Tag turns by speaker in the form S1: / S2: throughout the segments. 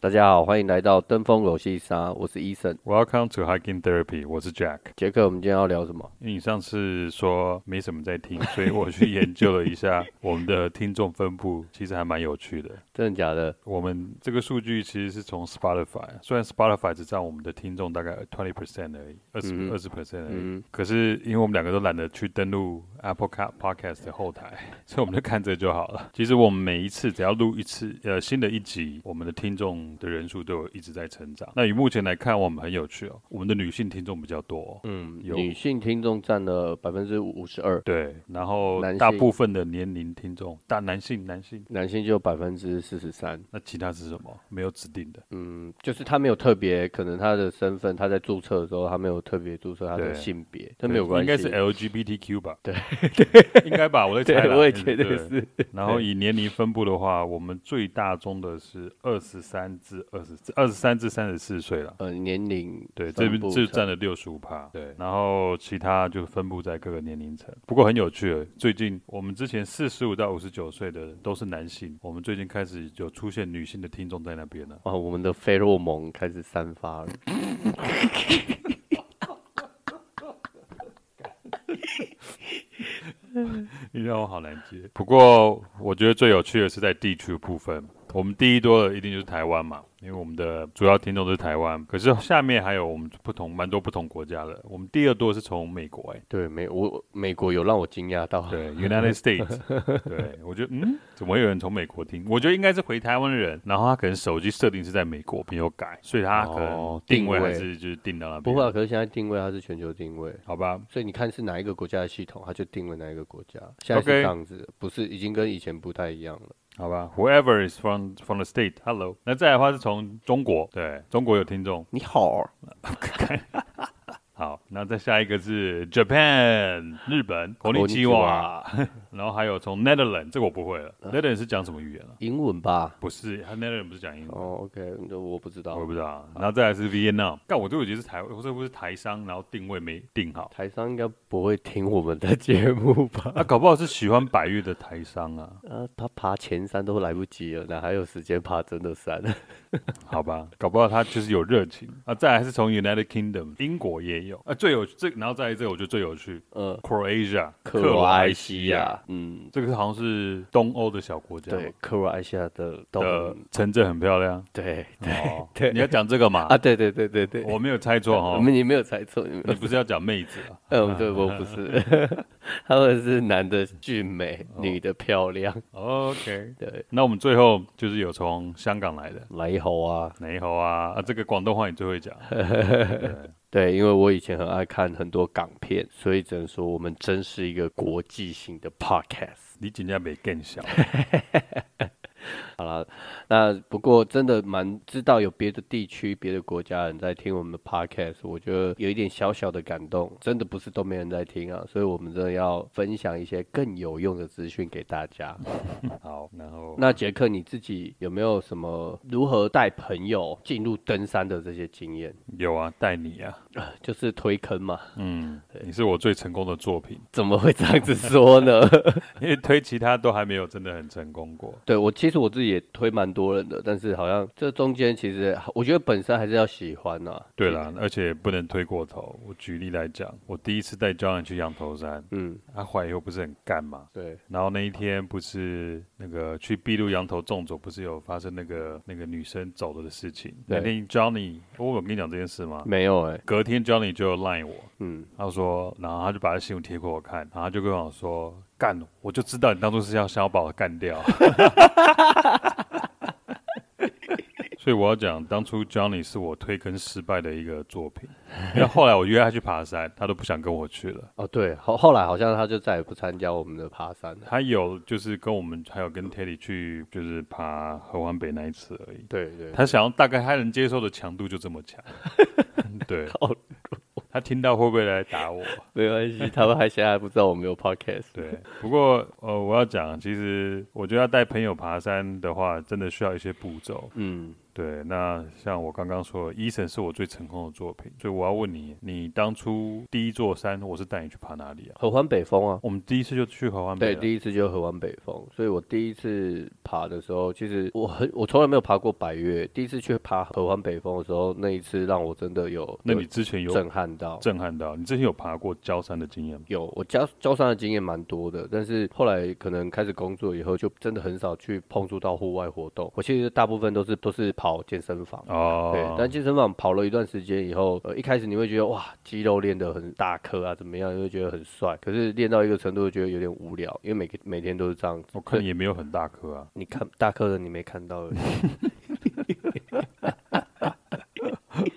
S1: 大家好，欢迎来到登峰游戏沙，我是医生
S2: Welcome to Hiking Therapy，我是 Jack。
S1: 杰克。我们今天要聊什么？
S2: 因为你上次说没什么在听，所以我去研究了一下我们的听众分布，其实还蛮有趣的。
S1: 真的假的？
S2: 我们这个数据其实是从 Spotify，虽然 Spotify 只占我们的听众大概 twenty percent 而已，二十
S1: 嗯
S2: 二十 percent 而已。
S1: 嗯，
S2: 可是因为我们两个都懒得去登录 Apple Car Podcast 的后台， 所以我们就看这就好了。其实我们每一次只要录一次，呃，新的一集，我们的听众的人数都有一直在成长。那以目前来看，我们很有趣哦，我们的女性听众比较多、哦，嗯，有
S1: 女性听众占了百分之五十二，
S2: 对，然后
S1: 男性
S2: 大部分的年龄听众，大男性男性，
S1: 男性就百分之四十三。
S2: 那其他是什么？没有指定的，
S1: 嗯，就是他没有特别，可能他的身份，他在注册的时候，他没有特别注册他的
S2: 对
S1: 性别，这没有关系。
S2: 应该是 LGBTQ 吧？对， 应该吧？我在猜
S1: 对，
S2: 啦，
S1: 我也觉
S2: 嗯
S1: 得
S2: 对
S1: 是。
S2: 然后以年龄分布的话，我们最大宗的是二十三至二十二十三至三十四岁了。
S1: 呃，年龄
S2: 对，这
S1: 分
S2: 边
S1: 布
S2: 这
S1: 层
S2: 占了六十五趴，对，然后其他就分布在各个年龄层。不过很有趣了，最近我们之前四十五到五十九岁的都是男性，我们最近开始有出现女性的听众在那边了。
S1: 哦，我们的费洛蒙开始散发了。
S2: 你让我好难接。不过我觉得最有趣的是在地区部分，我们第一多的一定就是台湾嘛，因为我们的主要听众都是台湾。可是下面还有我们不同蛮多不同国家的，我们第二多是从美国哎、
S1: 对，美我美国有让我惊讶到。
S2: 对，United States，对 我觉得嗯，怎么会有人从美国听？我觉得应该是回台湾的人，然后他可能手机设定是在美国没有改，所以他可能
S1: 哦
S2: 定位
S1: 定位
S2: 还是就是定到那边。
S1: 不会啊，可是现在定位它是全球定位，
S2: 好吧，
S1: 所以你看是哪一个国家的系统，它就定位哪一个国家。现在是这
S2: OK
S1: 样子的不是已经跟以前不太一样了。
S2: 好吧，Whoever is from from the state，hello。那再来的话是从中国，对中国有听众。
S1: 你好，啊
S2: 好，那再下一个是 Japan 日本，
S1: こ
S2: 国
S1: んにち
S2: 立基
S1: は
S2: 瓦， 然后还有从 Netherlands，这个我不会了。Netherlands 是讲什么语言啊？
S1: 英文吧？
S2: 不是他，Netherlands 不是讲英文，
S1: 哦，OK，那我不知
S2: 我也
S1: 道。
S2: 不知道。然后再来是 Vietnam，但我对我觉得是台，我这不是台商，然后定位没定 好。
S1: 台商应该不会听我们的节目吧？
S2: 那、啊搞不好是喜欢百越的台商啊，
S1: 啊，他爬前山都来不及了，哪还有时间爬真的 山？
S2: 好吧，搞不好他就是有热情啊。再来是从 United Kingdom 英国也有啊，最有这，然后再来这个我觉得最有趣
S1: 嗯，
S2: ，Croatia
S1: 克
S2: 罗
S1: 罗
S2: 埃
S1: 埃
S2: 西
S1: 西
S2: 亚
S1: 亚，，嗯，
S2: 这个好像是东欧的小国家嘛，
S1: 对，克罗埃西亚的
S2: 的
S1: 东，
S2: 城镇很漂亮。
S1: 对
S2: 哦，
S1: 对
S2: 你要讲这个嘛？
S1: 啊，对对对对对，
S2: 我没有猜错
S1: 我
S2: 哈，
S1: 们你没有猜错，你没
S2: 你
S1: 有
S2: 不是要讲妹子啊？
S1: 嗯，对，我不是， 他们是男的俊美，女的漂亮。
S2: 哦 OK，
S1: 对，
S2: 那我们最后就是有从香港来的
S1: 来猴啊，
S2: 雷猴啊，啊，这个广东话你 最会讲，
S1: 对，因为我以前很爱看很多港片，所以只能说我们真是一个国际性的 podcast。
S2: 你今天没更 小，
S1: 那不过真的蛮知道有别的地区、别的国家人在听我们的 podcast，我觉得有一点小小的感动。真的不是都没人在听啊，所以我们真的要分享一些更有用的资讯给大家。
S2: 好，然后
S1: 那杰克你自己有没有什么如何带朋友进入登山的这些经验？
S2: 有啊，带你啊，
S1: 就是推坑嘛？
S2: 嗯，你是我最成功的作品，
S1: 怎么会这样子说呢？
S2: 因为推其他都还没有真的很成功过，
S1: 对我其实我自己也推蛮多人的，但是好像这中间其实我觉得本身还是要喜欢啊呐、
S2: 对啦，而且不能推过头。我举例来讲，我第一次带 John 去羊头山，
S1: 嗯，
S2: 他怀疑我不是很干嘛，
S1: 对，
S2: 然后那一天不是那个去碧路羊头纵走，不是有发生那个那个女生走了的事情？
S1: 对
S2: 那天 Johnny，我有跟你讲这件事吗？
S1: 没有哎、
S2: 隔天 Johnny 就 line 我，
S1: 嗯，
S2: 他说，然后他就把他新闻贴给我看，然后他就跟我说，干，我就知道你当初是要想要把我干掉。 所以我要讲，当初 Johnny 是我推坑失败的一个作品。然后后来我约他去爬山，他都不想跟我去了。
S1: 哦对，后后来好像他就再也不参加我们的爬山了。
S2: 他有就是跟我们还有跟 Teddy 去就是爬合欢北那一次而已。
S1: 对对，
S2: 他想要大概他能接受的强度就这 么强，对
S1: 好。
S2: 他听到会不会来打我？
S1: 没关系，他们还现在还不知道我们有 podcast。
S2: 对，不过呃，我要讲，其实我觉得要带朋友爬山的话，真的需要一些步骤。
S1: 嗯，
S2: 对，那像我刚刚说的，《医生》是我最成功的作品，所以我要问你，你当初第一座山，我是带你去爬哪里啊？
S1: 合欢北峰啊，
S2: 我们第一次就去合欢
S1: 对，啊
S2: 北，啊
S1: 第一次就合湾北峰，所以我第一次爬的时候，其实我很我从来没有爬过百越，第一次去爬合湾北峰的时候，那一次让我真的有
S2: 那你之前有
S1: 有震撼到。
S2: 震撼到？你之前有爬过焦山的经验吗？
S1: 有我交交山的经验蛮多的，但是后来可能开始工作以后，就真的很少去碰触到户外活动。我其实大部分都是都是跑健身房，
S2: 哦，
S1: 对，但健身房跑了一段时间以后，呃，一开始你会觉得哇，肌肉练得很大颗啊，怎么样，就会觉得很帅。可是练到一个程度，就觉得有点无聊，因为每个每天都是这样子。
S2: 我看你也没有很大颗啊。
S1: 你看大颗的你没看到而已。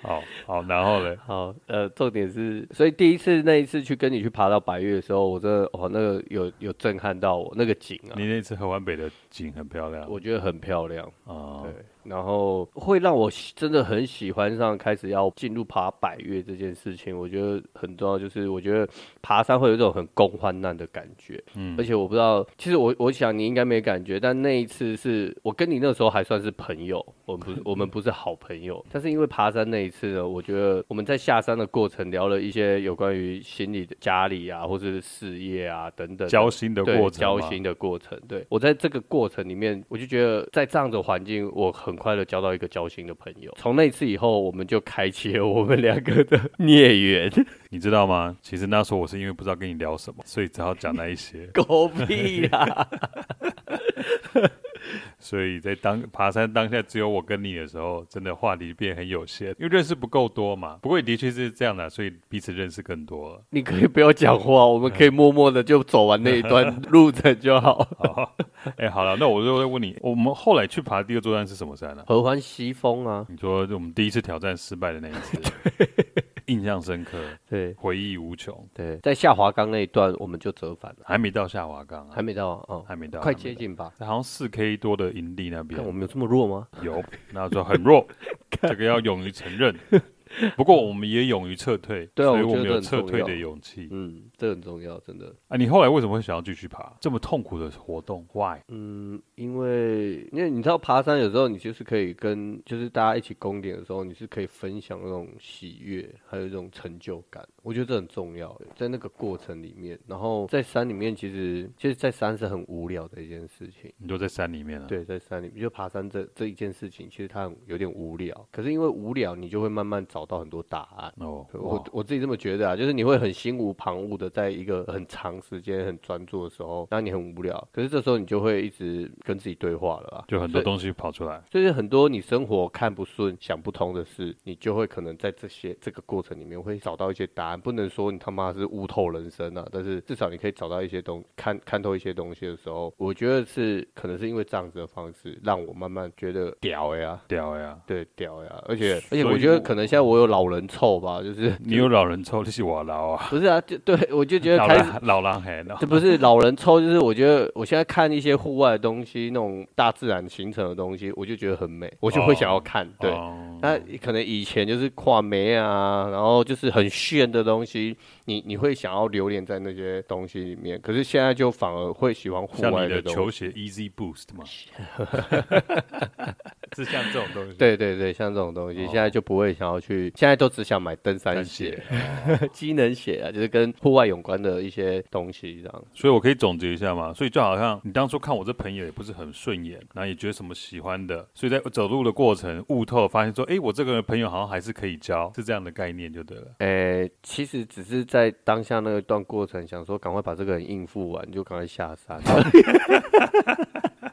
S2: 好好，然后嘞，
S1: 好，呃，重点是， 所以第一次那一次去跟你去爬到白月的时候，我真的哦，那个有有震撼到我，那个景啊，
S2: 你那次合欢北的景很漂亮
S1: 我觉得很漂亮。
S2: 啊
S1: 对，，然后会让我喜真的很喜欢上开始要进入爬百越这件事情。我觉得很重要，就是我觉得爬山会有一种很共患难的感觉。
S2: 嗯
S1: 而且我不知道，其实我我想你应该没感觉，但那一次是我跟你那时候还算是朋友，我们不是我们不是好朋友，但是因为爬山那一次呢，我觉得我们在下山的过程聊了一些有关于心理的家里啊，或者是事业啊等等的
S2: 交心的
S1: 对，
S2: 过程
S1: 交
S2: 嘛，
S1: 心的过程。对我在这个过程里面，我就觉得在这样的环境，我很快的交到一个交心的朋友。从那次以后，我们就开启了我们两个的孽缘。。
S2: 你知道吗？其实那时候我是因为不知道跟你聊什么，所以只好讲那一些
S1: 狗屁啦！
S2: 所以在当爬山当下只有我跟你的时候，真的话题变很有限，因为认识不够多嘛。不过也的确是这样的，啊所以彼此认识更多了。
S1: 你可以不要讲话，我们可以默默的就走完那一段路程就好。
S2: 好， 哎、好了，那我就会问你，我们后来去爬第二座山是什么山呢、啊
S1: 合欢西风啊，
S2: 你说我们第一次挑战失败的那一 次，印象深刻，
S1: 对
S2: 回忆无穷。
S1: 对，在下滑岗那一段我们就折返了，
S2: 还没到下华冈啊，
S1: 还没到啊哦，
S2: 还没到，
S1: 快
S2: 还没
S1: 接近吧。
S2: 到，好像四 K 多的营地那边
S1: 看我们有这么弱吗？
S2: 有，那就很 弱，这个要勇于承认。不过我们也勇于撤退，
S1: 对啊
S2: 所以
S1: 我
S2: 我
S1: 觉
S2: 们
S1: 得
S2: 有
S1: 很
S2: 撤
S1: 重
S2: 退
S1: 要
S2: 的勇气
S1: 嗯，这很重要，真的。
S2: 啊！你后来为什么会想要继续爬这么痛苦的活动？Why？
S1: 嗯，因为因为你知道爬山有时候你就是可以跟就是大家一起攻顶的时候，你是可以分享那种喜悦，还有一种成就感。我觉得这很重要，欸在那个过程里面。然后在山里面，其实其实，在山是很无聊的一件事情。
S2: 你就在山里面啊？，
S1: 对，在山里面，就爬山这这一件事情，其实它很有点无聊。可是因为无聊，你就会慢慢找到很多答案。
S2: 哦，
S1: 我
S2: 哇
S1: 我自己这么觉得啊，就是你会很心无旁骛的，在一个很长时间很专注的时候，那你很无聊，可是这时候你就会一直跟自己对话了啊，
S2: 就很多
S1: 所以。
S2: 东西跑出来。
S1: 就是很多你生活看不顺、想不通的事，你就会可能在这些这个过程里面会找到一些答案。不能说你他妈是悟透人生啊，但是至少你可以找到一些东看看透一些东西的时候，我觉得是可能是因为这样子的方式，让我慢慢觉得屌呀、
S2: 屌呀！
S1: 对屌呀、而且而
S2: 所以
S1: 且我觉得
S2: 我
S1: 可能现在我有老人臭吧，就是
S2: 你有老人抽，你是我老 啊，
S1: 不是啊，就对我就觉得
S2: 老
S1: 开始，
S2: 狼老狼还呢
S1: 这。不是老人抽，就是我觉得我现在看一些户外的东西，那种大自然形成的东西，我就觉得很美，我就会想要看。 对，
S2: 哦
S1: 那可能以前就是跨媒啊，然后就是很炫的东西，你你会想要留恋在那些东西里面，可是现在就反而会喜欢户
S2: 像
S1: 外
S2: 你的
S1: 东
S2: 球
S1: 西。
S2: 鞋 Easy Boost 嘛，是像这种东西。
S1: 对对对，像这种东西，
S2: 哦
S1: 现在就不会想要去，现在都只想买登山
S2: 感
S1: 鞋、
S2: 谢。
S1: 机能鞋啊，就是跟户外有关的一些东西这样。
S2: 所以我可以总结一下嘛，所以就好像你当初看我这朋友也不是很顺眼，然后也觉得什么喜欢的，所以在走路的过程悟透，发现说，诶，我这个朋友好像还是可以交，是这样的概念就对了。
S1: 诶、其实只是在当下那一段过程，想说赶快把这个人应付完，就赶快下山。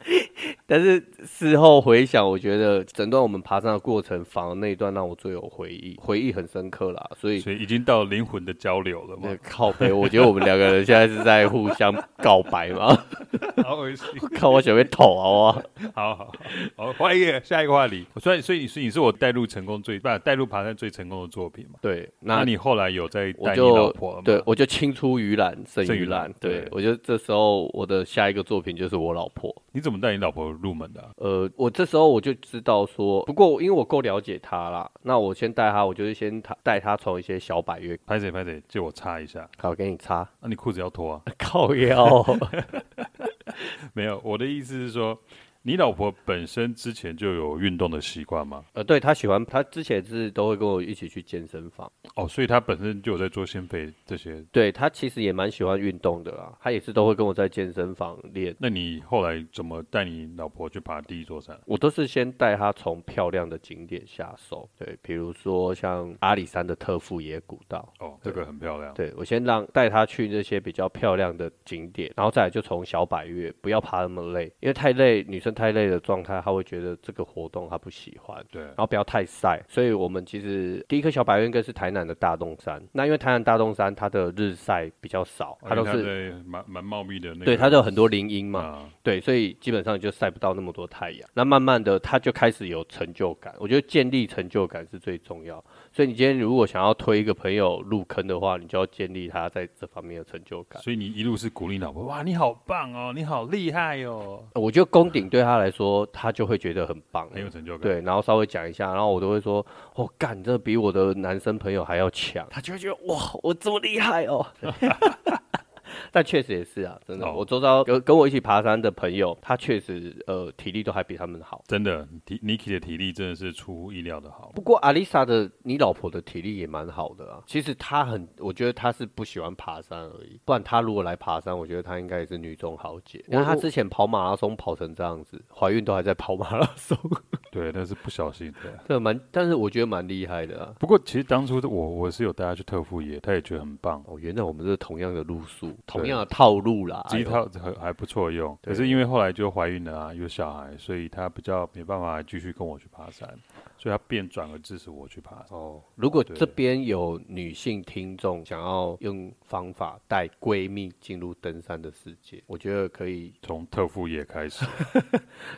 S1: 但是事后回想，我觉得整段我们爬山的过程，反而那一段让我最有回忆，回忆很深刻啦。所以，
S2: 所以已经到灵魂的交流了嘛
S1: 那，靠背，我觉得我们两个人现在是在互相告白嘛？
S2: 好恶心，
S1: 看我准备投好啊！
S2: 好好好，换一个下一个话题。所以所以你是你是我带入成功最不带入爬山最成功的作品嘛？
S1: 对，
S2: 那
S1: 那
S2: 你后来有在
S1: 我
S2: 带你老
S1: 就
S2: 婆吗？
S1: 对我就青出于蓝胜
S2: 胜
S1: 于
S2: 于
S1: 蓝
S2: 蓝。
S1: 对
S2: 对
S1: 我觉得这时候我的下一个作品就是我老婆。
S2: 你怎么带你老婆入门的啊、
S1: 呃，我这时候我就知道说，不过因为我够了解他啦，那我先带他，我就是先他带他从一些小百越，
S2: 拍谁拍谁，借我擦一下。
S1: 好给你擦
S2: 那、你裤子要脱啊？
S1: 靠腰，
S2: 没有，我的意思是说，你老婆本身之前就有运动的习惯吗？
S1: 呃，对他喜欢，他之前是都会跟我一起去健身房。
S2: 哦，所以她本身就有在做心肺这些。
S1: 对他其实也蛮喜欢运动的啦，他也是都会跟我在健身房练。
S2: 那你后来怎么带你老婆去爬第一座山？
S1: 我都是先带他从漂亮的景点下手，对，比如说像阿里山的特富野古道，
S2: 哦，这个很漂亮。
S1: 对我先让带他去那些比较漂亮的景点，然后再来就从小百越，不要爬那么累，因为太累，女生太累的状态，她会觉得这个活动她不喜欢。
S2: 对，
S1: 然后不要太晒，所以我们其实第一颗小百越应该是台南的大洞山。那因为台南大洞山它的日晒比较少，它都
S2: 哦因为
S1: 是
S2: 在蛮蛮茂密的那个，
S1: 对它都有很多林荫嘛，
S2: 啊，
S1: 对，所以基本上就晒不到那么多太阳。那慢慢的，他就开始有成就感。我觉得建立成就感是最重要。所以你今天如果想要推一个朋友入坑的话，你就要建立他在这方面的成就感。
S2: 所以你一路是鼓励老婆，哇，你好棒哦，你好厉害哦，
S1: 呃我觉得攻顶对他来说，他就会觉得很棒，
S2: 很有成就感。
S1: 对，然后稍微讲一下，然后我都会说，哦，干，这比我的男生朋友还要强，他就会觉得哇，我这么厉害哦。 但确实也是啊，真的，
S2: 哦
S1: 我周遭跟跟我一起爬山的朋友，他确实呃体力都还比他们好。
S2: 真的体 Niki 的体力真的是出乎意料的好。
S1: 不过阿丽莎的你老婆的体力也蛮好的啊，其实她很，我觉得她是不喜欢爬山而已，不然她如果来爬山，我觉得她应该也是女中豪杰。
S2: 我
S1: 然后她之前跑马拉松跑成这样子，怀孕都还在跑马拉松，
S2: 对，但是不小心的。
S1: 这蛮，但是我觉得蛮厉害的啊。
S2: 不过其实当初的我我是有带他去特富野，他也觉得很棒，
S1: 哦，原来我们是同样的路数，同样的套路啦。
S2: 这一
S1: 哎呦，
S2: 套还还不错用。
S1: 对
S2: 可是因为后来就怀孕了啊，有小孩，所以他比较没办法继续跟我去爬山，所以他便转而支持我去爬山。
S1: 哦，如果
S2: 对
S1: 这边有女性听众想要用方法带闺蜜进入登山的世界，我觉得可以。
S2: 从特富野 开始，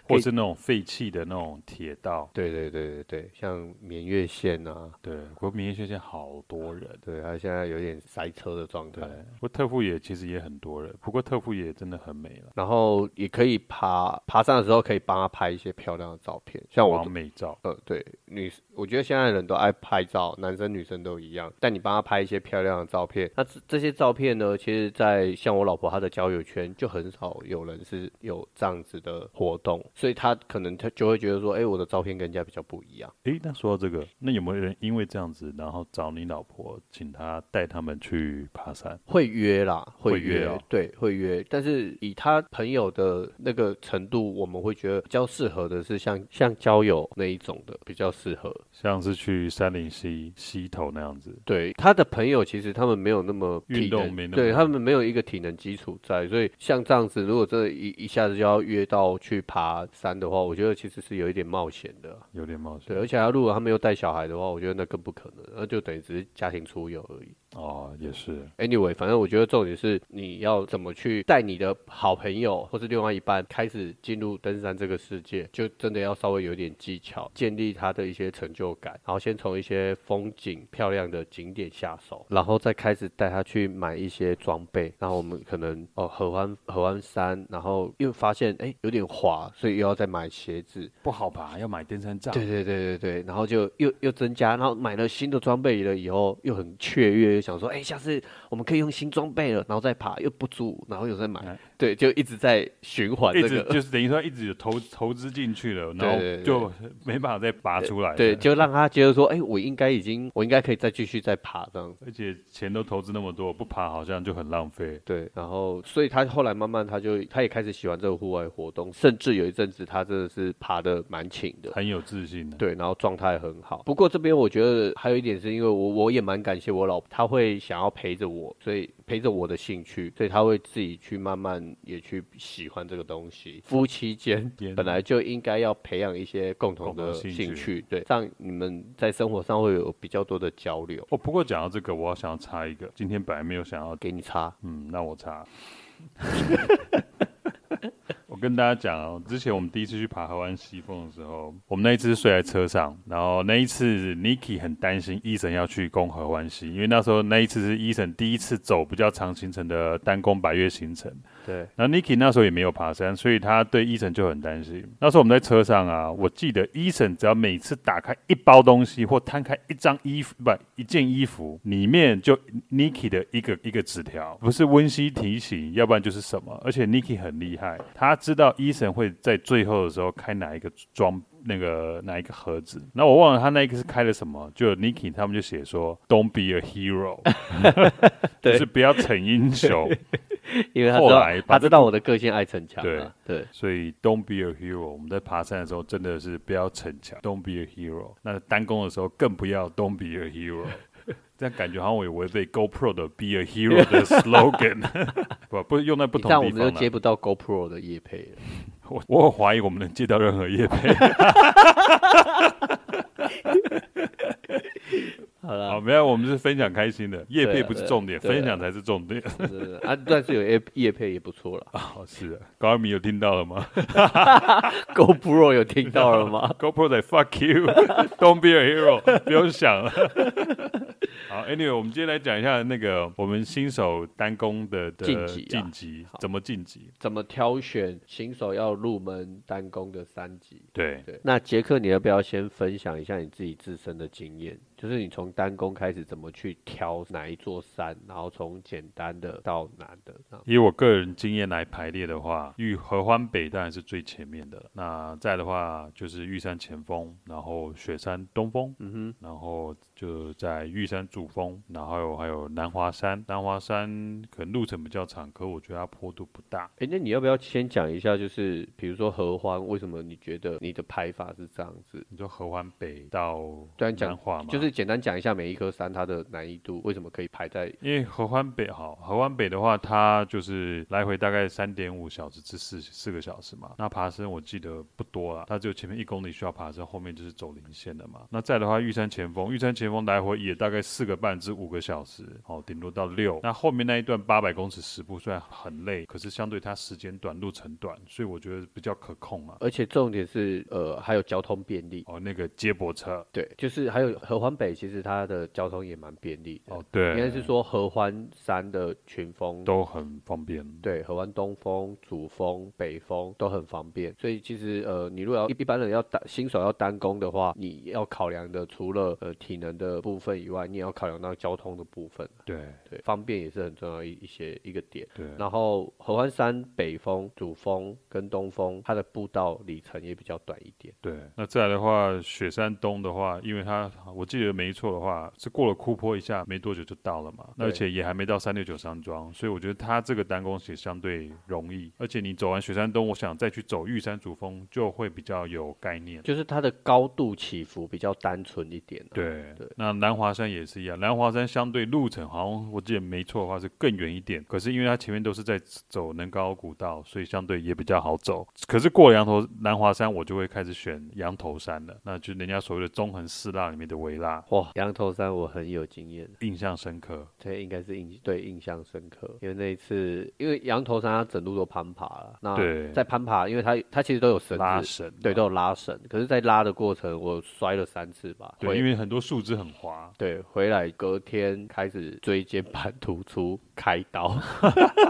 S2: 或是那种废弃的那种铁道，
S1: 对对对对对，像绵月线啊，
S2: 对，国民现在好多人。
S1: 对，他现在有点塞车的状态
S2: 对。，不过特富野其实也很多人，不过特富野真的很美了，
S1: 然后也可以爬爬山的时候，可以帮他拍一些漂亮的照片。像我
S2: 完，美照。
S1: 呃，对，女，我觉得现在的人都爱拍照，男生女生都一样。但你帮他拍一些漂亮的照片，那这这些照片呢，其实，在像我老婆她的交友圈，就很少有人是有这样子的活动，所以她可能她就会觉得说，哎，我的照片跟人家比较不一样。
S2: 诶，那说到这个，那有没有人因为这样子，然后找你老婆，请她带他们去爬山？
S1: 会约啦，
S2: 会
S1: 约，
S2: 约哦
S1: 对，会约。但是以他朋友的那个程度，我们会觉得比较适合的是像像交友那一种的比较适合。
S2: 像是去三林溪溪头那样子，
S1: 对他的朋友，其实他们没有那么体能
S2: 运动没那么
S1: 对他们没有一个体能基础在，所以像这样子，如果真的一一下子就要约到去爬山的话，我觉得其实是有一点冒险的。啊
S2: 有点冒
S1: 对，
S2: 险。
S1: 而且他如果他没有带小孩的话，我觉得那更不可能，那就等于只是家庭出游而已。
S2: 哦，也是。
S1: Anyway，反正我觉得重点是你要怎么去带你的好朋友或是另外一半开始进入登山这个世界，就真的要稍微有点技巧，建立他的一些成就感，然后先从一些风景漂亮的景点下手，然后再开始带他去买一些装备。然后我们可能哦合欢合欢山，然后又发现哎有点滑，所以又要再买鞋子，
S2: 不好爬，要买登山杖
S1: 对对对对对，然后就又又增加，然后买了新的装备了以后，又很雀跃，又想说，哎、下次我们可以用新装备了，然后再爬，又不足，然后又再买，
S2: 哎
S1: 对，就一直在循环
S2: 一
S1: 这
S2: 直
S1: 个，
S2: 就是等于说一直有投投资进去了，然
S1: 对
S2: 后
S1: 对对
S2: 就没办法再拔出来。
S1: 对，，就让他觉得说，哎、我应该已经，我应该可以再继续再爬这样子。
S2: 而且钱都投资那么多，不爬好像就很浪费。
S1: 对，然后所以他后来慢慢他就他也开始喜欢这个户外活动，甚至有一阵子他真的是爬的蛮勤的，
S2: 很有自信的，
S1: 对，然后状态很好。不过这边我觉得还有一点是因为我我也蛮感谢我老婆，她会想要陪着我，所以陪着我的兴趣，所以她会自己去慢慢也去喜欢这个东西。夫妻间
S2: 天哪
S1: 本来就应该要培养一些共同
S2: 共
S1: 的
S2: 同兴
S1: 兴
S2: 趣
S1: 趣，对，让你们在生活上会有比较多的交流。
S2: 哦，不过讲到这个，我要想要插一个，今天本来没有想要，
S1: 给你擦，
S2: 嗯，那我插。 我跟大家讲哦，之前我们第一次去爬河湾西峰的时候，我们那一次是睡在车上，然后那一次 Niki 很担心医生要去攻河湾西，因为那时候那一次是医生第一次走比较长行程的单攻百越行程，
S1: 对，
S2: 然后 Niki 那时候也没有爬山，所以他对伊森就很担心。那时候我们在车上啊，我记得伊森只要每次打开一包东西或摊开一张衣服，不一件衣服，里面就 Niki 的一个一个纸条，不是温馨提醒，要不然就是什么。而且 Niki 很厉害，他之知道 Eason 会在最后的时候开哪一个装那个哪一个盒子，那我忘了他那一个是开了什么，就 Niki 他们就写说 Don't be a hero，就
S1: 对
S2: 是不要逞英雄，
S1: 因为他
S2: 后
S1: 知道
S2: 来把
S1: 他
S2: 这
S1: 知道我的个性爱逞强
S2: 对
S1: 啊，对
S2: 所以 Don't be a hero。我们在爬山的时候真的是不要逞强，Don't be a hero。那单攻的时候更不要 Don't be a hero。这样感觉好像我有违背 GoPro 的 Be a Hero 的 slogan，不不用在不
S1: 你这
S2: 同
S1: 样我
S2: 地
S1: 们就
S2: 方啊
S1: 接
S2: 了。
S1: 不到 GoPro 的夜配了。
S2: 我我很怀疑我们能接到任何业配。
S1: 好
S2: 好，
S1: 啦，
S2: 没有，我们是分享开心的，业
S1: 对
S2: 配
S1: 啊
S2: 不是
S1: 对啊
S2: 重点，
S1: 对啊
S2: 分享才是重点。
S1: 是啊，但是有夜夜配也不错啦。
S2: 哦，是的，高二米有听到了吗
S1: GoPro 有听到了吗？
S2: ？GoPro 在 fuck you，Don't be a hero，不用想了。好，Anyway，我们今天来讲一下那个我们新手单攻的的
S1: 晋级啊
S2: 晋级怎么晋级？
S1: 怎么挑选新手要入门单攻的三级？
S2: 对，
S1: 对，那杰克，你要不要先分享一下你自己自身的经验？就是你从单攻开始怎么去挑哪一座山，然后从简单的到难的，这样
S2: 以我个人经验来排列的话，玉合欢北当然是最前面的，那再的话就是玉山前锋，然后雪山东峰，嗯哼，然后就在玉山主峰，然后还有还有南华山，南华山可能路程比较长，可我觉得它坡度不大。
S1: 哎、那你要不要先讲一下，就是比如说合欢，为什么你觉得你的排法是这样子？
S2: 你说合欢北到
S1: 对啊你讲
S2: 南华嘛，
S1: 就是简单讲一下每一颗山它的难易度，为什么可以排在
S2: 因为合欢北好，合欢北的话，它就是来回大概三点五小时至四四个小时嘛。那爬升我记得不多啦，它只有前面一公里需要爬升，后面就是走零线的嘛。那再的话，玉山前锋，玉山前锋来回也大概四个半至五个小时，哦，顶多到六。那后面那一段八百公尺十步虽然很累，可是相对它时间短，路程短，所以我觉得比较可控啊。
S1: 而且重点是，呃，还有交通便利。
S2: 哦，那个接驳车，
S1: 对，就是还有合欢北，其实它的交通也蛮便利的。
S2: 哦，
S1: 应该
S2: 对，
S1: 是说合欢山的群峰，
S2: 都很方便。
S1: 对，合欢东峰、主峰、北峰都很方便。所以其实呃，你如果要一一般人要单新手要单攻的话，你要考量的除了呃体能的部分以外，你也要考量到交通的部分。
S2: 对
S1: 对，方便也是很重要一一些一个点。
S2: 对，
S1: 然后合欢山北峰、主峰跟东峰，它的步道里程也比较短一点。
S2: 对，那再来的话，雪山东的话，因为它我记得没错的话，是过了库坡一下没多久就到了嘛，那而
S1: 对
S2: 且也还没到三六九山庄，所以我觉得它这个单攻也相对容易，而且你走完雪山东，我想再去走玉山主峰就会比较有概念。
S1: 就是它的高度起伏比较单纯一点、啊。
S2: 对
S1: 对，
S2: 那南华山也是一样，南华山相对路程好像我记得没错的话是更远一点，可是因为它前面都是在走能高古道，所以相对也比较好走。可是过了羊头南华山，我就会开始选羊头山了，那就是人家所谓的中横四辣里面的维辣，
S1: 哇，羊头山我很有经验，
S2: 印象深刻。
S1: 这应该是印对印象深刻，因为那一次，因为羊头山它整路都攀爬了，
S2: 对
S1: 那在攀爬，因为它它其实都有绳
S2: 拉
S1: 子，
S2: 绳，啊
S1: 对，都有拉绳，可是，在拉的过程我摔了三次吧，
S2: 对，
S1: 回
S2: 因为很多树枝很滑，
S1: 对回来隔天开始椎间盘突出开刀，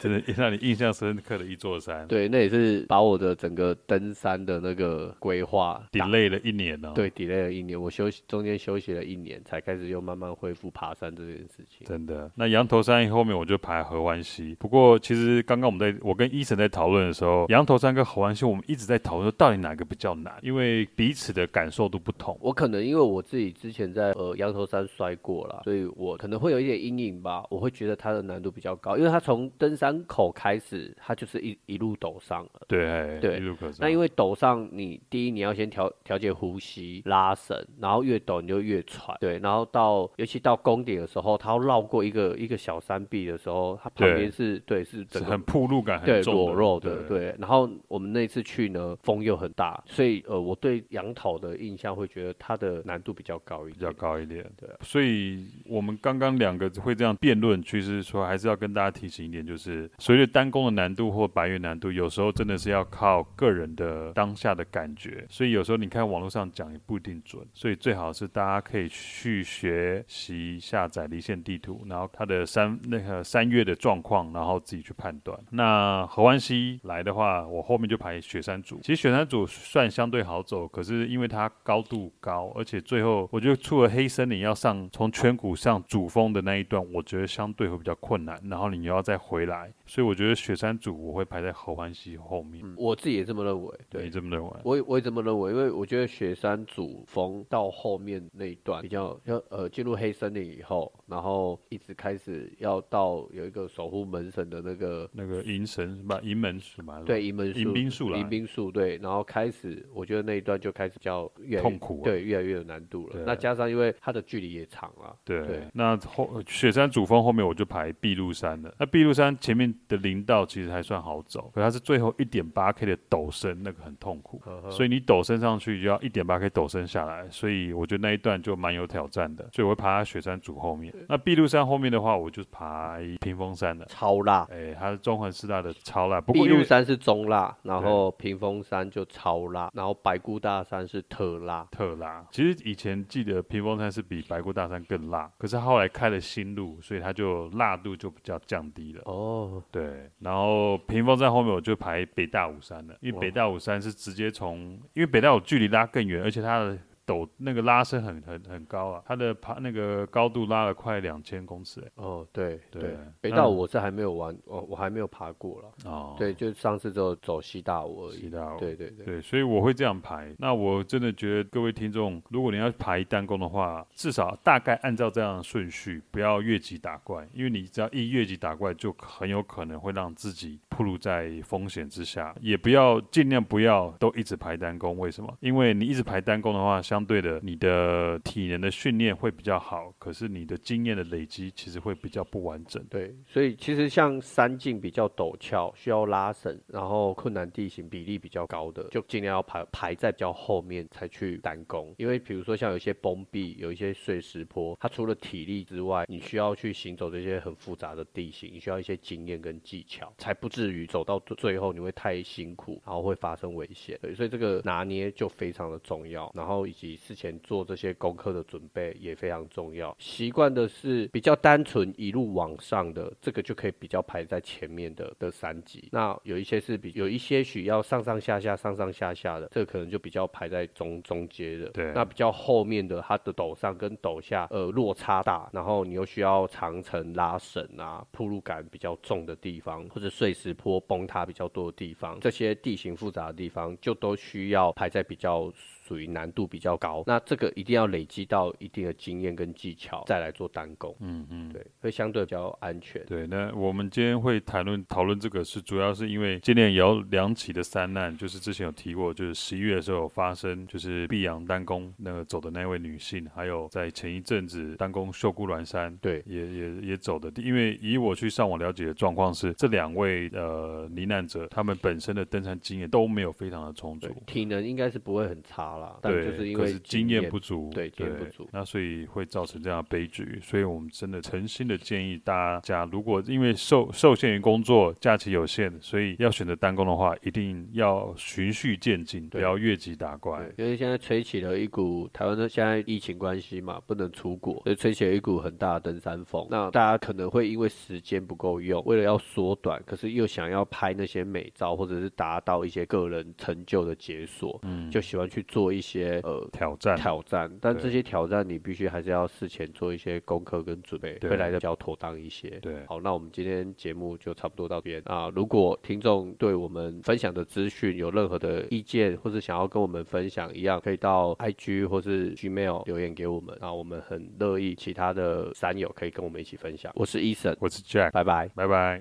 S2: 真的让你印象深刻的一座山。
S1: 对，那也是把我的整个登山的那个规划打
S2: delay 了一年哦呢、，
S1: 对 delay 了一年，我休息中间休息了一年，才开始又慢慢恢复爬山这件事情。
S2: 真的。那羊头山后面我就排合欢溪。不过其实刚刚我们在我跟医生在讨论的时候，羊头山跟合欢溪我们一直在讨论说到底哪个比较难，因为彼此的感受度不同。
S1: 我可能因为我自己之前在呃羊头山摔过啦，所以我可能会有一点阴影吧。我会觉得它的难度比较高，因为它从登山口开始，它就是一一路陡上了。
S2: 对
S1: 对
S2: 一路可上
S1: 那因为陡上你，第一你要先调调节呼吸、拉绳，然后越陡你就越喘，对，然后到尤其到宫顶的时候，它要绕过一个一个小山壁的时候，它旁
S2: 对
S1: 边是对是
S2: 是
S1: 整个
S2: 很铺路感
S1: 对
S2: 很重
S1: 裸露的
S2: 对。
S1: 对。然后我们那次去呢，风又很大，所以呃，我对杨桃的印象会觉得它的难度比较高一
S2: 比较
S1: 点。
S2: 高一点，
S1: 对啊
S2: 所以我们刚刚两个会这样辩论，其实说还是要跟大家提醒一点，就是随着单攻的难度或白月难度，有时候真的是要靠个人的当下的感觉，所以有时候你看网络上讲也不一定准，所以最好是大家可以去学习下载离线地图，然后它的山那个山岳的状况，然后自己去判断。那合欢溪来的话，我后面就排雪山组，其实雪山组算相对好走，可是因为它高度高，而且最后我觉得除了黑森林要上从圈谷上主峰的那一段，我觉得相对会比较困难，然后你又要再回来，来，所以我觉得雪山组我会排在合欢西后面。
S1: 我自己也这么认为，
S2: 你
S1: 嗯对。
S2: 这么认为？
S1: 我也我也这么认为，因为我觉得雪山主峰到后面那一段比较，要呃进入黑森林以后，然后一直开始要到有一个守护门神的那个
S2: 那个银神什么银门什么？
S1: 对，迎门树、
S2: 嗯迎宾树啦
S1: 迎宾树对，然后开始，我觉得那一段就开始比较越来越
S2: 痛苦啊
S1: 对，越来越有难度了
S2: 对。
S1: 那加上因为它的距离也长了，啊
S2: 对
S1: 对，
S2: 那后呃雪山主峰后面我就排碧露山了。那碧露山前面的林道其实还算好走，可它是最后一点八 K 的陡升，那个很痛苦。
S1: 嗯
S2: 所以你陡升上去就要一点八 K 陡升下来，所以我觉得那一段就蛮有挑战的，所以我会爬雪山主后面。那碧露山后面的话，我就爬屏风山了。
S1: 超辣。
S2: 哎，它是中横四大的超辣，不过
S1: 碧
S2: 因
S1: 露
S2: 为
S1: 山是中辣，然后屏风山就超辣，然后白姑大山是特辣。
S2: 特辣。其实以前记得屏风山是比白姑大山更辣，可是它后来开了新路，所以它就辣度就比较降低了。
S1: 哦，
S2: 对，然后屏风站后面我就排北大武山了，因为
S1: 哇
S2: 北大武山是直接从，因为北大武距离拉更远，而且它的陡那个拉升很很很高啊，它的爬那个高度拉了快两千公尺、欸，
S1: 哦，对
S2: 对
S1: 对
S2: 那，
S1: 北大武我是还没有玩，哦，我还没有爬过了。
S2: 哦，
S1: 对，就上次只有走西大武而
S2: 西
S1: 已。
S2: 大武，
S1: 对对对，
S2: 对，所以我会这样排。那我真的觉得各位听众，如果你要排单攻的话，至少大概按照这样的顺序，不要越级打怪，因为你只要一越级打怪，就很有可能会让自己暴露在风险之下。也不要尽量不要都一直排单攻，为什么？因为你一直排单攻的话，相对的你的体能的训练会比较好，可是你的经验的累积其实会比较不完整。
S1: 对，所以其实像山径比较陡峭，需要拉绳，然后困难地形比例比较高的，就尽量要排排在比较后面才去单攻。因为比如说像有一些崩壁，有一些碎石坡，它除了体力之外，你需要去行走这些很复杂的地形，你需要一些经验跟技巧，才不至于走到最最后你会太辛苦，然后会发生危险。对，所以这个拿捏就非常的重要，然后以及事前做这些功课的准备也非常重要。习惯的是比较单纯一路往上的，这个就可以比较排在前面的的三级。那有一些是比有一些许要上上下下、上上下下的，这个可能就比较排在中中阶的。
S2: 对
S1: 那比较后面的它的陡上跟陡下，呃，落差大，然后你又需要长程拉绳啊，铺路感比较重的地方，或者碎石坡崩塌比较多的地方，这些地形复杂的地方，就都需要排在比较属于难度比较高。那这个一定要累积到一定的经验跟技巧，再来做单攻。嗯嗯，对，会相对比较安全。
S2: 对，那我们今天会谈论讨论这个是，主要是因为今年也有两起的三难，就是之前有提过，就是十一月的时候有发生，就是碧阳单弓那个走的那位女性，还有在前一阵子单弓秀姑峦山
S1: 对
S2: 也也也走的，因为以我去上网了解的状况是，这两位呃罹难者他们本身的登山经验都没有非常的充足
S1: 对。，体能应该是不会很差啦，但
S2: 对，
S1: 就是因
S2: 可
S1: 为
S2: 是经验不足，
S1: 对经验不足
S2: 那所以会造成这样的悲剧。所以我们真的诚心的建议大家，如果因为受受限于工作、假期有限，所以要选择单工的话，一定要循序渐进，不
S1: 对
S2: 要越级打怪。
S1: 对，因为现在吹起了一股台湾的现在疫情关系嘛，不能出国，所以吹起了一股很大的登山风。那大家可能会因为时间不够用，为了要缩短，可是又想要拍那些美照，或者是达到一些个人成就的解锁，嗯，就喜欢去做一些呃。
S2: 挑战，
S1: 挑战，但
S2: 对
S1: 这些挑战你必须还是要事前做一些功课跟准备，
S2: 对
S1: 会来的比较妥当一些。
S2: 对
S1: 好，那我们今天节目就差不多到这边啊。如果听众对我们分享的资讯有任何的意见，或是想要跟我们分享一样，可以到 IG 或是 Gmail 留言给我们，啊，我们很乐意其他的山友可以跟我们一起分享。我是 Eason，
S2: 我是 Jack，
S1: 拜拜。
S2: 拜拜。